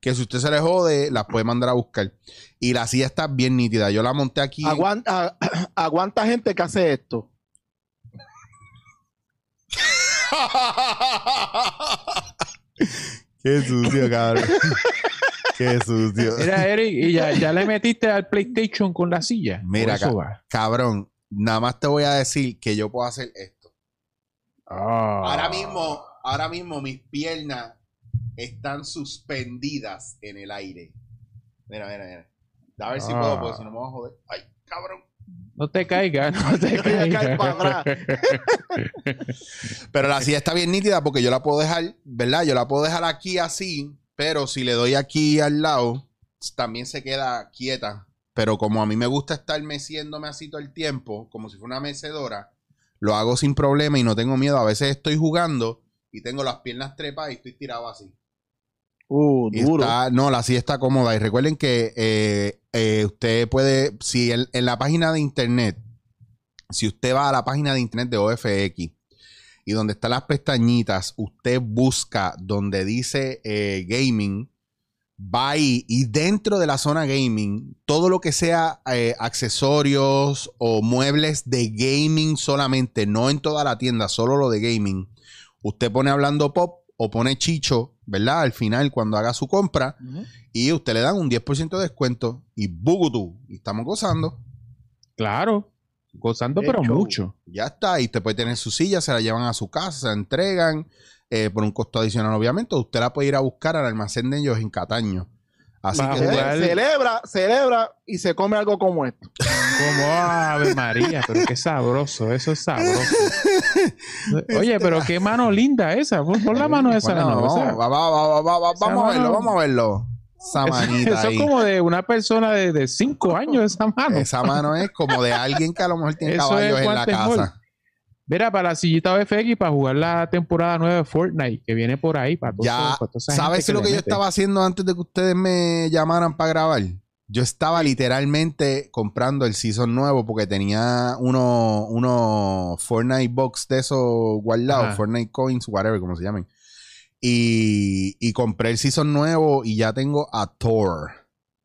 Speaker 2: Que si usted se le jode, las puede mandar a buscar. Y la silla está bien nítida. Yo la monté aquí.
Speaker 3: Aguanta, aguanta gente que hace esto.
Speaker 2: Qué sucio, cabrón. Qué sucio.
Speaker 4: Mira, Eric, y ya, ya le metiste al PlayStation con la silla.
Speaker 2: Mira
Speaker 4: Por eso
Speaker 2: acá.
Speaker 4: va.
Speaker 2: Cabrón, nada más te voy a decir que yo puedo hacer esto.
Speaker 4: Ah.
Speaker 2: Ahora mismo, ahora mismo mis piernas están suspendidas en el aire. Mira, mira, mira. A ver si
Speaker 4: Ah.
Speaker 2: puedo, porque si no me voy a joder. Ay, cabrón.
Speaker 4: No te caigas, no te
Speaker 3: Yo voy a caer
Speaker 4: caigas.
Speaker 3: para atrás.
Speaker 2: Pero la silla está bien nítida porque yo la puedo dejar, ¿verdad? Yo la puedo dejar aquí así, pero si le doy aquí al lado, también se queda quieta. Pero como a mí me gusta estar meciéndome así todo el tiempo, como si fuera una mecedora, lo hago sin problema y no tengo miedo. A veces estoy jugando y tengo las piernas trepadas y estoy tirado así.
Speaker 3: Uh,
Speaker 2: Y
Speaker 3: duro.
Speaker 2: está- no, la silla está cómoda. Y recuerden que eh, eh, usted puede, si en, en la página de internet, si usted va a la página de internet de OFX y donde están las pestañitas, usted busca donde dice eh, gaming, va ahí y dentro de la zona gaming, todo lo que sea eh, accesorios o muebles de gaming solamente, no en toda la tienda, solo lo de gaming. Usted pone hablando pop o pone chicho, ¿verdad? Al final, cuando haga su compra,
Speaker 3: Ujú.
Speaker 2: y usted le dan un 10% de descuento y bugutu, y estamos gozando.
Speaker 4: Claro, gozando,
Speaker 3: De
Speaker 4: pero
Speaker 3: hecho.
Speaker 4: mucho.
Speaker 2: Ya está, y usted puede tener su silla, se la llevan a su casa, se la entregan eh, por un costo adicional, obviamente. Usted la puede ir a buscar al almacén de ellos en Cataño. Así
Speaker 4: Va a
Speaker 2: que eh,
Speaker 4: jugar.
Speaker 3: Ce- Celebra, celebra y se come algo como esto.
Speaker 4: Como Ave María, pero qué sabroso, eso es sabroso.
Speaker 2: Este
Speaker 4: Oye, pero qué mano linda esa. Pon, pon la mano esa. pues,
Speaker 2: Bueno,
Speaker 4: no,
Speaker 2: vamos,
Speaker 4: esa-
Speaker 2: va- va- va- va- va- va-
Speaker 4: esa
Speaker 2: vamos a verlo,
Speaker 4: mano-
Speaker 2: vamos a verlo. Esa manita
Speaker 4: Eso
Speaker 2: ahí.
Speaker 4: es como de una persona de, de cinco años, esa mano.
Speaker 2: Esa mano es como de alguien que a lo mejor tiene
Speaker 4: Eso es
Speaker 2: caballos en la
Speaker 4: guantes
Speaker 2: casa.
Speaker 4: Mira, para la sillita OFX, para jugar la temporada nueva de Fortnite, que viene por ahí. Para todo
Speaker 2: Ya,
Speaker 4: eso- para toda esa
Speaker 2: ¿Sabes
Speaker 4: gente
Speaker 2: lo que
Speaker 4: le
Speaker 2: yo
Speaker 4: mete.
Speaker 2: estaba haciendo antes de que ustedes me llamaran para grabar? Yo estaba literalmente comprando el season nuevo porque tenía uno, uno Fortnite box de esos guardados,
Speaker 4: Ajá.
Speaker 2: Fortnite coins, whatever, como se llamen. Y, y compré el season nuevo y ya tengo a Thor.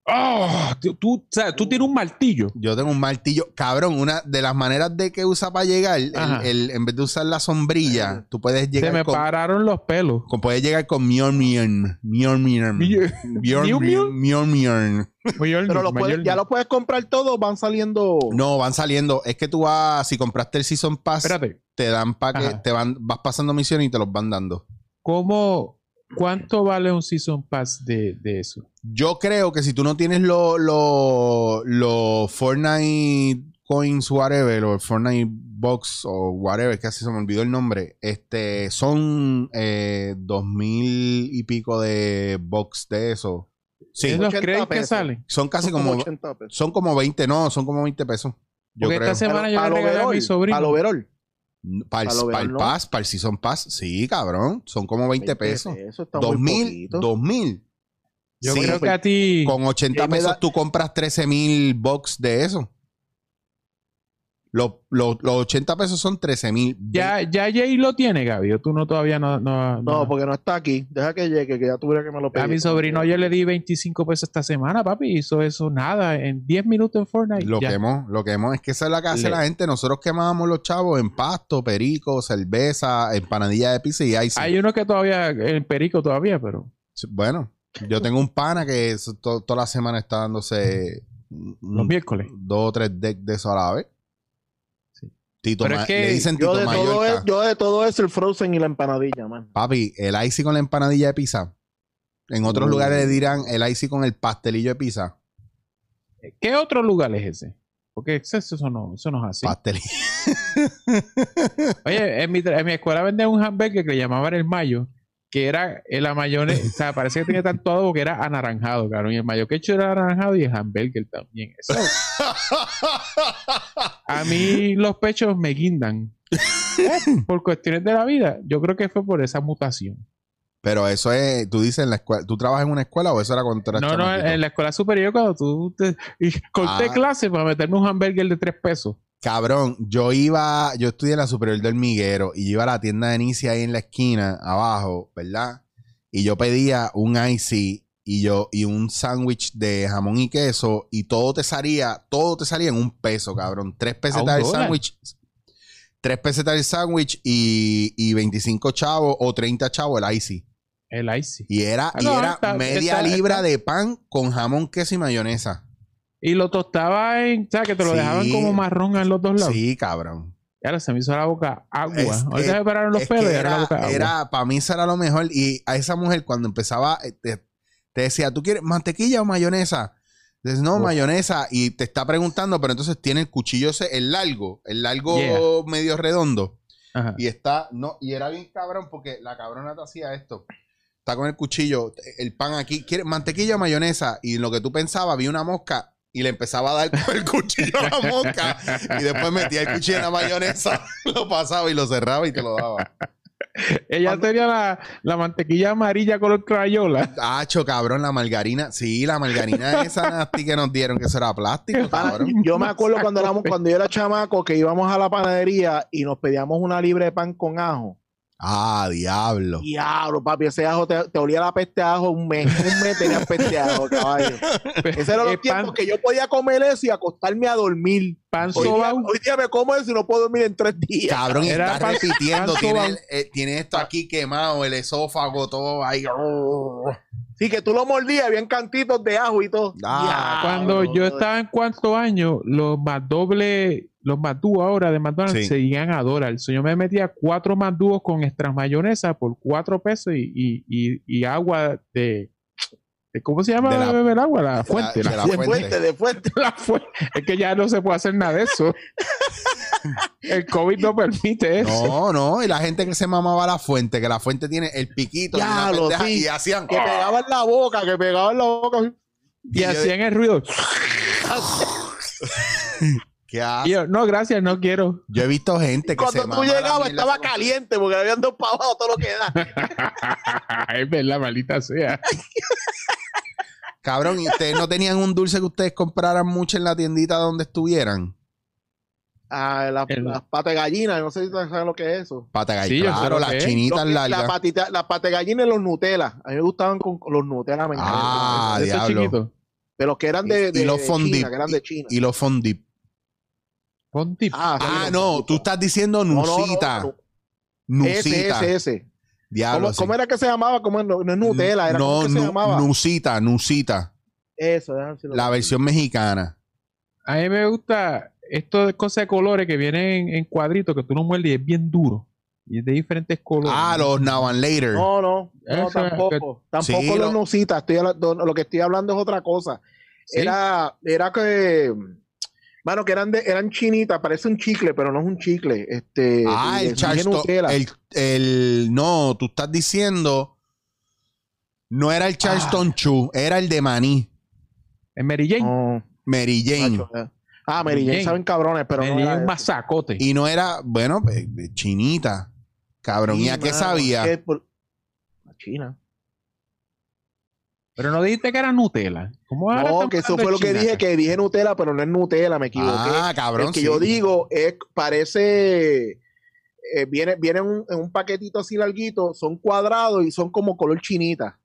Speaker 4: ¡Oh! Tú, tú, o sea, tú tienes un martillo.
Speaker 2: Yo tengo un martillo. Cabrón, una de las maneras de que usa para llegar, el-
Speaker 4: Ajá.
Speaker 2: el- en vez de usar la sombrilla, tú puedes
Speaker 4: Se me
Speaker 2: llegar con,
Speaker 4: pararon los pelos.
Speaker 2: con- puedes llegar con Mjolnir. Mjolnir. Mjolnir.
Speaker 4: Mjolnir.
Speaker 2: Mjolnir.
Speaker 4: Mayor-
Speaker 3: Pero lo puedes-
Speaker 4: mayor-
Speaker 3: ya lo puedes comprar todo, van saliendo.
Speaker 2: No, van saliendo. Es que tú vas, si compraste el Season Pass,
Speaker 4: Espérate,
Speaker 2: te dan para que
Speaker 4: Ajá.
Speaker 2: te van, vas pasando misiones y te los van dando.
Speaker 4: ¿cómo, ¿cuánto vale un Season Pass de, de eso?
Speaker 2: Yo creo que si tú no tienes los lo, lo Fortnite coins, whatever, o el Fortnite Box o whatever, casi se me olvidó el nombre, este, son eh, dos mil y pico de box de eso. Sí,
Speaker 4: ¿Es los
Speaker 3: 80
Speaker 4: créditos que
Speaker 3: pesos.
Speaker 4: salen?
Speaker 2: son casi
Speaker 3: Son como
Speaker 2: como,
Speaker 3: 80 pesos.
Speaker 2: son como 20, no, son como 20 pesos. Yo
Speaker 4: Porque
Speaker 2: creo. Mm,
Speaker 4: esta semana yo le
Speaker 3: Al
Speaker 4: regalé a mi
Speaker 3: overall,
Speaker 4: sobrino.
Speaker 3: Al overall.
Speaker 2: Para
Speaker 3: al
Speaker 2: el,
Speaker 3: overall, ¿no?
Speaker 2: Pass, para el Season Pass, sí, cabrón, son como 20, pesos.
Speaker 3: Eso está
Speaker 2: Dos
Speaker 3: muy
Speaker 2: mil,
Speaker 3: poquito.
Speaker 2: dos mil.
Speaker 4: Yo
Speaker 2: Sí, pues,
Speaker 4: creo que a ti.
Speaker 2: Con 80
Speaker 3: Ahí me
Speaker 2: pesos
Speaker 3: da-
Speaker 2: tú compras 13 mil box de eso. Los, los, los 80 pesos son 13 mil.
Speaker 4: Ya, ya Jay lo tiene, Gaby. o Tú no todavía no. no,
Speaker 3: No,
Speaker 4: no.
Speaker 3: porque no está aquí. Deja que llegue, que ya tuviera que me lo
Speaker 2: pues,
Speaker 3: pedir.
Speaker 4: A
Speaker 2: eh,
Speaker 4: mi sobrino yo le di 25 pesos esta semana, papi. Hizo eso nada. En 10 minutos en Fortnite.
Speaker 2: Lo
Speaker 4: ya.
Speaker 2: quemó, lo quemó. Es que esa es la que hace
Speaker 4: Le-
Speaker 2: la gente. Nosotros quemábamos los chavos en pasto, perico, cerveza, empanadilla de pizza y ice.
Speaker 4: Hay uno que todavía. En Perico todavía, pero.
Speaker 2: Bueno, yo tengo un pana que es- to- toda la semana está dándose un-
Speaker 4: Los miércoles.
Speaker 2: dos o tres decks de eso a la vez. Tito
Speaker 4: Pero es
Speaker 2: Ma-
Speaker 4: que
Speaker 2: le dicen
Speaker 3: yo
Speaker 2: Tito
Speaker 3: de, todo
Speaker 2: Mallorca.
Speaker 3: es, yo de todo eso, el Frozen y la empanadilla, man.
Speaker 2: Papi, el icy con la empanadilla de pizza. En otros
Speaker 3: Uh.
Speaker 2: lugares le dirán el icy con el pastelillo de pizza.
Speaker 4: ¿Qué otro lugar es ese? Porque eso, eso no, eso no es así.
Speaker 2: Pastelillo.
Speaker 4: Oye, en mi, tra- en mi escuela vendían un hamburger que le llamaban el mayo, que era eh, la mayonesa, o sea, parece que tenía tanto adobo que era anaranjado, claro. Y el mayo quecho era anaranjado y el hamburger también. Eso, a mí los pechos me guindan. Eh, Por cuestiones de la vida, yo creo que fue por esa mutación.
Speaker 2: Pero eso es, tú dices, en la escuela, ¿tú trabajas en una escuela o eso era cuando tú eras
Speaker 4: No, no, en,
Speaker 2: chamaquito?
Speaker 4: en la escuela superior, cuando tú te, y corté
Speaker 2: Ah.
Speaker 4: clase para meterme un hamburger de tres pesos.
Speaker 2: Cabrón, yo iba, yo estudié en la Superior del Miguero y yo iba a la tienda de Nicia ahí en la esquina, abajo, ¿verdad? Y yo pedía un icy y yo y un sándwich de jamón y queso y todo te salía, todo te salía en un peso, cabrón. Tres pesetas del
Speaker 4: dólar?
Speaker 2: sándwich. Tres pesetas del sándwich y, y 25 chavos o 30 chavos el icy.
Speaker 4: El icy.
Speaker 2: Y era,
Speaker 4: Ah,
Speaker 2: y
Speaker 4: no,
Speaker 2: era
Speaker 4: está-
Speaker 2: media
Speaker 4: está-
Speaker 2: libra
Speaker 4: está-
Speaker 2: de pan con jamón, queso y mayonesa.
Speaker 4: Y lo tostaba en, o sea, que te lo
Speaker 2: Sí.
Speaker 4: dejaban como marrón en los dos lados.
Speaker 2: Sí, cabrón.
Speaker 4: Y ahora se me hizo la boca agua.
Speaker 2: Es-
Speaker 4: Ahorita
Speaker 2: es-
Speaker 4: se me pararon los
Speaker 2: Es que
Speaker 4: pelos y ahora la
Speaker 2: era,
Speaker 4: boca agua.
Speaker 2: para mí eso era lo mejor. Y a esa mujer cuando empezaba, eh, te, te decía, ¿tú quieres mantequilla o mayonesa? Dices, no,
Speaker 4: Uf.
Speaker 2: mayonesa. Y te está preguntando, pero entonces tiene el cuchillo ese, el largo, el largo
Speaker 4: Yeah.
Speaker 2: medio redondo.
Speaker 4: Ajá.
Speaker 2: Y está, no, y era bien cabrón porque la cabrona te hacía esto. Está con el cuchillo, el pan aquí, ¿quieres mantequilla o mayonesa? Y lo que tú pensabas, vi una mosca y le empezaba a dar con el cuchillo a la mosca. Y después metía el cuchillo en la mayonesa, lo pasaba y lo cerraba y te lo daba.
Speaker 4: Ella tenía la, la mantequilla amarilla color crayola.
Speaker 2: Hacho, cabrón, la margarina. Sí, la margarina esa nasty que nos dieron, que eso era plástico,
Speaker 3: Ah,
Speaker 2: cabrón.
Speaker 3: yo me acuerdo cuando éramos, cuando yo era chamaco, que íbamos a la panadería y nos pedíamos una libra de pan con ajo.
Speaker 2: Ah, diablo.
Speaker 3: Diablo, papi, ese ajo te, te olía la peste a ajo un mes. Un mes tenías peste a ajo, caballo. Ese era
Speaker 4: El
Speaker 3: los
Speaker 4: pan,
Speaker 3: tiempos que yo podía comer eso y acostarme a dormir.
Speaker 4: pan
Speaker 3: Hoy día,
Speaker 4: sobao.
Speaker 3: hoy día me como eso y no puedo dormir en tres días.
Speaker 2: Cabrón, y
Speaker 4: Era
Speaker 2: está
Speaker 4: pan-
Speaker 2: repitiendo.
Speaker 4: pan
Speaker 2: Tiene,
Speaker 4: sobao.
Speaker 2: el- eh, tiene esto aquí quemado, el esófago, todo ahí. Oh.
Speaker 3: Sí, que tú lo mordías, habían cantitos de ajo y todo.
Speaker 2: Ah,
Speaker 4: Cuando yo estaba en cuarto año, los más doble, los más dúos ahora de McDonald's
Speaker 2: Sí.
Speaker 4: seguían a dólar. So, yo me metía cuatro más dúos con extras mayonesa por cuatro pesos y, y, y, y agua de, de- ¿Cómo se llama
Speaker 2: De la-
Speaker 4: beber agua? La fuente.
Speaker 2: de
Speaker 4: La,
Speaker 2: la
Speaker 3: De
Speaker 2: fuente.
Speaker 3: fuente, de fuente.
Speaker 4: la fuente. Es que ya no se puede hacer nada de eso. El COVID no permite eso.
Speaker 2: No, no, y la gente que se mamaba la fuente, que la fuente tiene el piquito y, una
Speaker 3: Diablo,
Speaker 2: pendeja,
Speaker 3: sí.
Speaker 2: y hacían.
Speaker 3: Que pegaba en la boca, que pegaba en la boca.
Speaker 2: Este
Speaker 4: Y,
Speaker 2: Y yo-
Speaker 4: hacían el ruido.
Speaker 2: ¿Qué hace?
Speaker 4: Y yo, no, gracias, no quiero.
Speaker 2: Yo he visto gente que
Speaker 3: Cuando
Speaker 2: se
Speaker 3: tú
Speaker 2: mama la
Speaker 3: llegabas
Speaker 2: mierda
Speaker 3: estaba
Speaker 2: esa-
Speaker 3: caliente porque le habían dos para abajo todo lo que da.
Speaker 4: es verdad, malita sea.
Speaker 2: Cabrón, ¿y ustedes no tenían un dulce que ustedes compraran mucho en la tiendita donde estuvieran?
Speaker 3: Ah, la-
Speaker 4: El-
Speaker 3: las patas de gallina, no sé si ustedes saben lo que es eso.
Speaker 2: Pata
Speaker 4: Sí, yo sé
Speaker 2: claro,
Speaker 4: lo
Speaker 2: las
Speaker 4: que es.
Speaker 3: Lo
Speaker 2: chinitas
Speaker 3: que- la
Speaker 2: largas.
Speaker 3: patita- las patas de gallina y los Nutella. A mí me gustaban con con los Nutella, me encantan.
Speaker 2: Ah,
Speaker 4: Eso
Speaker 2: diablo.
Speaker 4: chiquito.
Speaker 3: De los que eran de,
Speaker 2: y
Speaker 3: de-
Speaker 2: los
Speaker 3: de
Speaker 2: fondip.
Speaker 3: China, que eran de China.
Speaker 2: Y los fondip.
Speaker 4: Con tip.
Speaker 3: Ah, sí,
Speaker 2: Ah,
Speaker 3: los
Speaker 2: no,
Speaker 3: fondip.
Speaker 2: tú estás diciendo
Speaker 3: No, no, no,
Speaker 2: nusita.
Speaker 3: no. Ese,
Speaker 2: Nusita.
Speaker 3: ese, ese.
Speaker 2: Diablo.
Speaker 3: ¿Cómo,
Speaker 2: sí.
Speaker 3: cómo era que se llamaba? ¿Cómo es? no, no es Nutella, era
Speaker 2: no,
Speaker 3: ¿cómo es que se
Speaker 2: nu-
Speaker 3: llamaba.
Speaker 2: Nusita, Nusita.
Speaker 3: Eso, déjame ver si lo-
Speaker 2: La versión mexicana.
Speaker 4: A mí me gusta esto de cosas de colores que vienen en, en cuadritos que tú no muerdes y es bien duro. Y es de diferentes colores.
Speaker 2: Ah, los Now and Later.
Speaker 3: No, no, no,
Speaker 4: Eso,
Speaker 3: tampoco. Tampoco
Speaker 2: Sí,
Speaker 3: los
Speaker 2: lo-
Speaker 3: nusitas. Estoy habla- do- lo que estoy hablando es otra cosa.
Speaker 4: Sí.
Speaker 3: Era, era que Mano, que eran, de, eran chinitas, parece un chicle, pero no es un chicle. Este,
Speaker 2: Ah,
Speaker 3: y
Speaker 2: el
Speaker 3: es
Speaker 2: Charleston.
Speaker 3: Nutella.
Speaker 2: El, el- no, tú estás diciendo. No era el
Speaker 4: Ah.
Speaker 2: Charleston Chu, era el de Maní,
Speaker 4: En Mary Jane.
Speaker 3: No,
Speaker 2: Mary Jane.
Speaker 3: macho, eh. Ah, Mary Jane,
Speaker 4: Jane.
Speaker 3: saben cabrones, pero no
Speaker 4: Mary
Speaker 3: era
Speaker 4: Jane es un
Speaker 3: eso.
Speaker 4: masacote.
Speaker 2: Y no era, bueno, pues, chinita. Cabrón, ¿y a
Speaker 3: Sí,
Speaker 2: qué
Speaker 3: mano,
Speaker 2: sabía?
Speaker 3: que por- La China.
Speaker 4: Pero no dijiste que era Nutella. ¿Cómo ahora
Speaker 3: No,
Speaker 4: estamos
Speaker 3: que eso
Speaker 4: hablando
Speaker 3: fue
Speaker 4: de
Speaker 3: lo que
Speaker 4: China?
Speaker 3: dije, que dije Nutella, pero no es Nutella, me equivoqué.
Speaker 2: Ah, cabrón.
Speaker 3: el que
Speaker 2: sí.
Speaker 3: yo digo es, parece, eh, viene, viene en un, en un paquetito así larguito, son cuadrados y son como color chinita.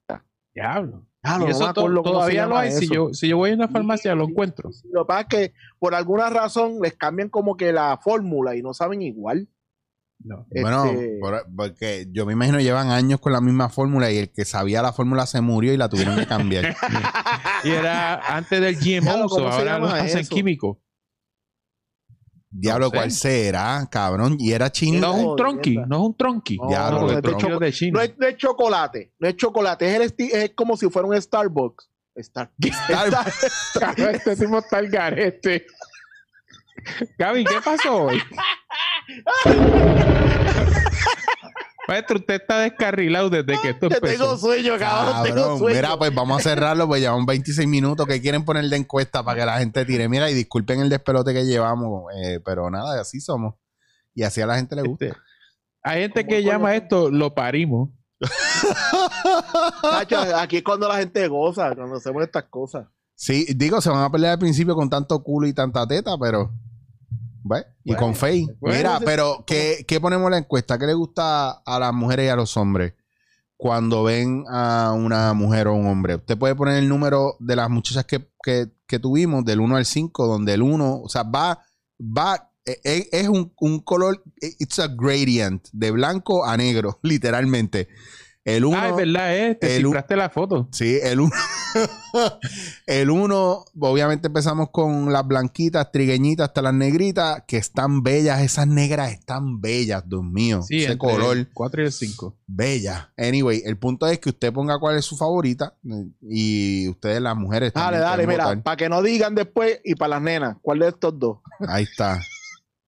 Speaker 4: Diablo.
Speaker 3: Ah,
Speaker 4: Y eso to- todavía lo hay. Si yo, si yo voy a una farmacia, lo encuentro.
Speaker 3: Lo que pasa es que por alguna razón les cambian como que la fórmula y no saben igual.
Speaker 4: No.
Speaker 2: Bueno,
Speaker 3: Este-
Speaker 2: por- porque yo me imagino llevan años con la misma fórmula y el que sabía la fórmula se murió y la tuvieron que cambiar.
Speaker 4: Y era antes del GMO,
Speaker 3: Diablo,
Speaker 4: uso,
Speaker 3: ¿cómo se
Speaker 4: ahora lo
Speaker 3: llama
Speaker 4: hacen
Speaker 3: eso?
Speaker 4: químico.
Speaker 2: Diablo,
Speaker 4: No sé.
Speaker 2: ¿cuál será, cabrón? Y era chinita.
Speaker 4: No es un
Speaker 3: Jodienda.
Speaker 4: tronqui, no es un tronqui.
Speaker 3: No,
Speaker 2: Diablo,
Speaker 4: No,
Speaker 2: qué
Speaker 4: el
Speaker 2: tronqui.
Speaker 4: tronqui de China.
Speaker 3: No es, no es chocolate, no es chocolate, es, el esti- es como si fuera un Starbucks. Star- Star-
Speaker 4: Cabrón, este tipo está al garete. Gaby, ¿qué pasó hoy? Maestro, usted está descarrilado desde que esto
Speaker 3: Yo tengo
Speaker 4: empezó.
Speaker 3: sueño, cabrón, tengo
Speaker 2: Cabrón,
Speaker 3: sueño.
Speaker 2: mira, pues vamos a cerrarlo, pues llevamos 26 minutos. que quieren poner de encuesta para que la gente tire? Mira, y disculpen el despelote que llevamos, eh, pero nada, así somos. Y así a la gente le gusta.
Speaker 4: Este, hay gente
Speaker 3: ¿Cómo
Speaker 4: que
Speaker 3: coño
Speaker 4: llama
Speaker 3: tú?
Speaker 4: esto lo parimos.
Speaker 3: Nacho, aquí es cuando la gente goza, cuando hacemos estas cosas.
Speaker 2: Sí, digo, se van a pelear al principio con tanto culo y tanta teta, pero. ¿Ve? Y
Speaker 3: Bueno,
Speaker 2: con Fey.
Speaker 4: pues,
Speaker 3: bueno,
Speaker 2: Mira,
Speaker 3: ese-
Speaker 2: pero ¿qué, ¿qué ponemos en la encuesta? ¿Qué le gusta a las mujeres y a los hombres cuando ven a una mujer o un hombre? Usted puede poner el número de las muchachas que, que- que tuvimos, del 1 al 5, donde el 1, o sea, va, va, e- e- es un, un color, e, it's a gradient, de blanco a negro, literalmente. El 1
Speaker 4: Ah, es verdad, eh, te
Speaker 2: el u-
Speaker 4: cifraste la foto.
Speaker 2: Sí, el 1. el 1, obviamente empezamos con las blanquitas, trigueñitas, hasta las negritas, que están bellas. Esas negras están bellas, Dios mío.
Speaker 4: Sí,
Speaker 2: Ese
Speaker 4: entre
Speaker 2: color,
Speaker 4: el 4 y el 5.
Speaker 2: bella. Anyway, el punto es que usted ponga cuál es su favorita eh, y ustedes, las mujeres.
Speaker 3: Dale,
Speaker 2: también
Speaker 3: dale,
Speaker 2: pueden
Speaker 3: mira,
Speaker 2: votar.
Speaker 3: para que no digan después y para las nenas, ¿cuál de estos dos?
Speaker 2: Ahí está.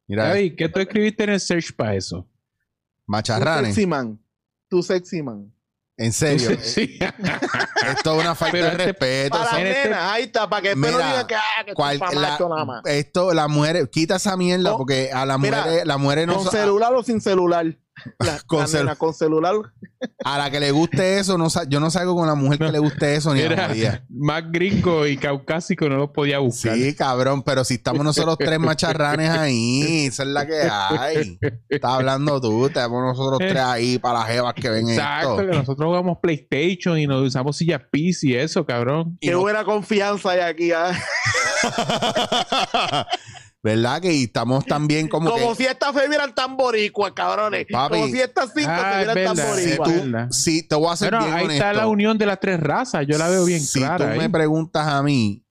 Speaker 2: Mira,
Speaker 4: Gaby, ¿qué tú escribiste en el search para eso?
Speaker 3: Tu
Speaker 2: macharranes.
Speaker 3: sexy man. Tu sexy man.
Speaker 2: En serio,
Speaker 4: Sí.
Speaker 2: esto es una falta
Speaker 4: Pero
Speaker 2: de
Speaker 4: este-
Speaker 2: respeto.
Speaker 3: Para
Speaker 2: son-
Speaker 3: las
Speaker 4: este-
Speaker 3: nenas, ahí está, para que después no
Speaker 2: Mira,
Speaker 3: digan que, ah, que
Speaker 2: cual-
Speaker 3: esto es pa'
Speaker 2: la-
Speaker 3: macho nada más.
Speaker 2: esto, las mujeres, quita esa mierda
Speaker 3: Con-
Speaker 2: porque a las
Speaker 3: mira,
Speaker 2: mujeres, las mujeres no
Speaker 3: ¿Con
Speaker 2: son-
Speaker 3: celular o sin celular? La-
Speaker 2: Con
Speaker 3: la
Speaker 2: celu-
Speaker 3: nena, con celular.
Speaker 2: A la que le guste eso, no sa- yo no salgo con la mujer que le guste eso ni a
Speaker 4: Era
Speaker 2: María.
Speaker 4: más gringo y caucásico, no lo podía buscar.
Speaker 2: Sí, cabrón, pero si estamos nosotros tres macharranes ahí, esa es la que hay. Estás hablando tú, estamos nosotros tres ahí para las jevas que ven
Speaker 4: Exacto,
Speaker 2: esto.
Speaker 4: que nosotros jugamos PlayStation y nos usamos sillas PIS y eso, cabrón.
Speaker 2: Y
Speaker 3: Qué
Speaker 2: no-
Speaker 3: buena confianza hay aquí. ah.
Speaker 2: ¿Verdad? Que y estamos también como,
Speaker 3: Como
Speaker 2: que
Speaker 3: si estas se vieran tan boricuas, cabrones.
Speaker 2: Papi.
Speaker 3: Como si estas cinco
Speaker 4: Ah,
Speaker 3: se
Speaker 4: es
Speaker 3: vieran tan
Speaker 4: verdad,
Speaker 2: si
Speaker 4: es
Speaker 3: boricuas.
Speaker 2: tú,
Speaker 4: igual.
Speaker 2: si te voy a ser
Speaker 4: Pero ahí
Speaker 2: bien
Speaker 4: está la
Speaker 2: honesto.
Speaker 4: unión de las tres razas, yo la veo bien
Speaker 2: si
Speaker 4: clara.
Speaker 2: tú
Speaker 4: ahí.
Speaker 2: me preguntas a mí,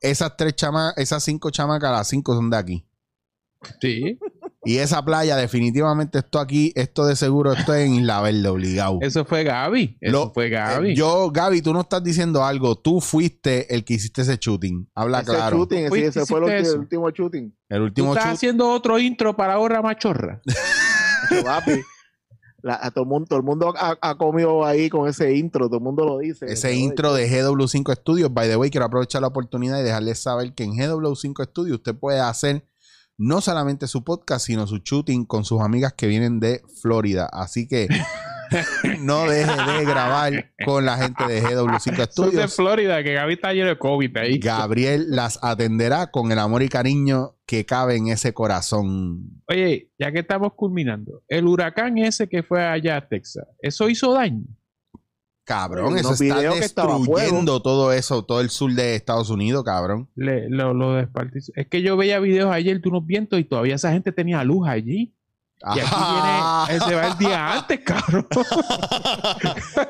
Speaker 2: esas tres chamas, esas cinco chamacas, las cinco son de aquí.
Speaker 4: Sí,
Speaker 2: Y esa playa, definitivamente, esto aquí, esto de seguro, esto es en Isla Verde, obligado.
Speaker 4: eso fue Gaby. Eso
Speaker 2: Lo-
Speaker 4: fue Gaby.
Speaker 2: Eh, yo, Gaby, tú no estás diciendo algo. Tú fuiste el que hiciste ese shooting. Habla
Speaker 3: Ese
Speaker 2: claro.
Speaker 3: shooting, sí,
Speaker 4: Uy,
Speaker 3: ese
Speaker 4: ¿tú
Speaker 3: fue el
Speaker 4: hiciste
Speaker 3: ulti-
Speaker 4: eso?
Speaker 3: el último shooting.
Speaker 2: El
Speaker 4: Tú
Speaker 2: último
Speaker 4: estás
Speaker 2: shooting.
Speaker 4: haciendo otro intro para ahora machorra.
Speaker 3: Pero, papi, la- a todo el mundo, todo el mundo ha, ha comido ahí con ese intro. Todo el mundo lo dice.
Speaker 2: Ese intro de GW5 Studios. By the way, quiero aprovechar la oportunidad y dejarles saber que en GW5 Studios usted puede hacer no solamente su podcast, sino su shooting con sus amigas que vienen de Florida. Así que no deje de grabar con la gente de GW5
Speaker 4: Tú de
Speaker 2: Studios.
Speaker 4: Florida, que Gaby está lleno de COVID ahí.
Speaker 2: Gabriel las atenderá con el amor y cariño que cabe en ese corazón.
Speaker 4: Oye, ya que estamos culminando, el huracán ese que fue allá a Texas, ¿eso hizo daño?
Speaker 2: Cabrón,
Speaker 3: Oye,
Speaker 2: eso
Speaker 3: unos
Speaker 2: está
Speaker 3: videos que estaba a fuego.
Speaker 2: destruyendo todo eso, todo el sur de Estados Unidos, cabrón.
Speaker 4: Le- lo, lo despartiz- Es que yo veía videos ayer de unos vientos y todavía esa gente tenía luz allí. Y aquí
Speaker 2: Ah,
Speaker 4: viene, eh, se va el día antes, cabrón.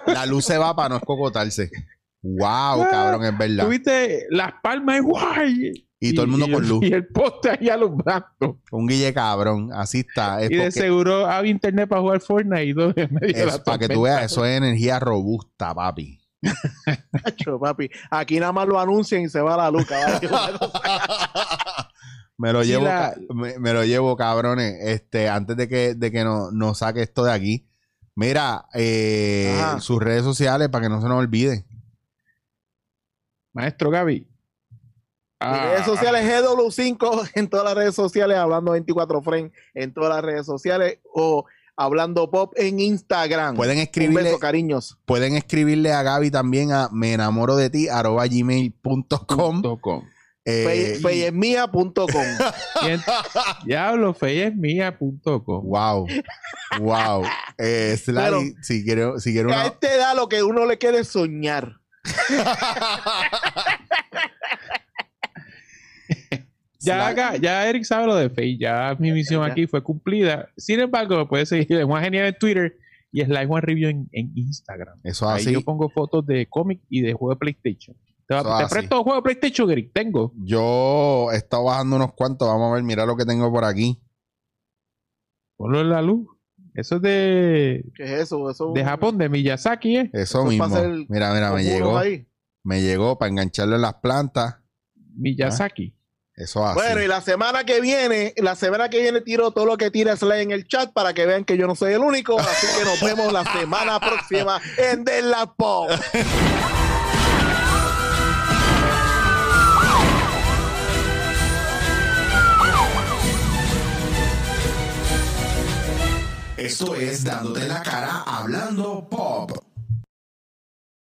Speaker 2: La luz se va para no escocotarse. Wow,
Speaker 4: Ah,
Speaker 2: cabrón, es verdad.
Speaker 4: Tuviste las palmas y guay.
Speaker 2: Y todo el mundo
Speaker 4: y
Speaker 2: con luz.
Speaker 4: Y el poste ahí alumbrando.
Speaker 2: Un guille cabrón, así está. Es
Speaker 4: Y de
Speaker 2: porque-
Speaker 4: seguro había internet para jugar Fortnite y todo en medio de
Speaker 2: es
Speaker 4: la
Speaker 2: para que tú
Speaker 4: tormenta.
Speaker 2: veas, eso es energía robusta, papi.
Speaker 3: Nacho, papi. Aquí nada más lo anuncian y se va la luz. caballo.
Speaker 2: Me lo
Speaker 4: Sí,
Speaker 2: llevo,
Speaker 4: la-
Speaker 2: ca- me, me lo llevo, cabrones. Este, antes de que, de que no- nos saque esto de aquí. Mira, eh,
Speaker 3: Ajá.
Speaker 2: sus redes sociales para que no se nos olvide.
Speaker 4: Maestro Gaby.
Speaker 3: Mis
Speaker 4: Ah,
Speaker 3: redes sociales GW5 en todas las redes sociales, hablando 24 frames en todas las redes sociales o hablando pop en Instagram.
Speaker 2: Pueden
Speaker 3: Un
Speaker 2: escribirle,
Speaker 3: beso, cariños.
Speaker 2: pueden escribirle a Gaby también a me enamoro de ti arroba gmail.com.
Speaker 4: punto com.
Speaker 2: Eh,
Speaker 3: Feyesmia.com.
Speaker 4: Y en- Diablo, feyesmia.com.
Speaker 2: wow. Wow. Eh, Slady,
Speaker 3: Pero-
Speaker 2: si quiero, si quiero
Speaker 3: A
Speaker 2: una.
Speaker 3: este da lo que uno le quiere soñar.
Speaker 4: Ya, acá- ya Eric sabe lo de Face, ya mi misión
Speaker 3: ya.
Speaker 4: aquí fue cumplida. Sin embargo, me puedes seguir en Juan Genial en Twitter y Slime One Review en, en Instagram.
Speaker 2: Eso
Speaker 4: Ahí
Speaker 2: así.
Speaker 4: yo pongo fotos de cómic y de juego de PlayStation. Te,
Speaker 2: Eso
Speaker 4: te
Speaker 2: así.
Speaker 4: presto juego de PlayStation, Eric. Tengo.
Speaker 2: Yo he estado bajando unos cuantos. Vamos a ver, mira lo que tengo por aquí.
Speaker 4: Ponlo en la luz. Eso es de,
Speaker 3: ¿Qué es eso? Eso es
Speaker 4: de
Speaker 3: un-
Speaker 4: Japón, de Miyazaki, ¿eh?
Speaker 2: Eso,
Speaker 3: Eso es
Speaker 2: mismo.
Speaker 3: para hacer
Speaker 2: Mira, mira, me
Speaker 3: unos
Speaker 2: llegó.
Speaker 3: ahí.
Speaker 2: Me llegó para engancharlo en las plantas.
Speaker 4: Miyazaki.
Speaker 2: Eso así.
Speaker 3: Bueno, y la semana que viene, la semana que viene tiro todo lo que tira Slay en el chat para que vean que yo no soy el único. Así que nos vemos la semana próxima en De La Pop.
Speaker 1: Esto es Dándote en la cara hablando pop.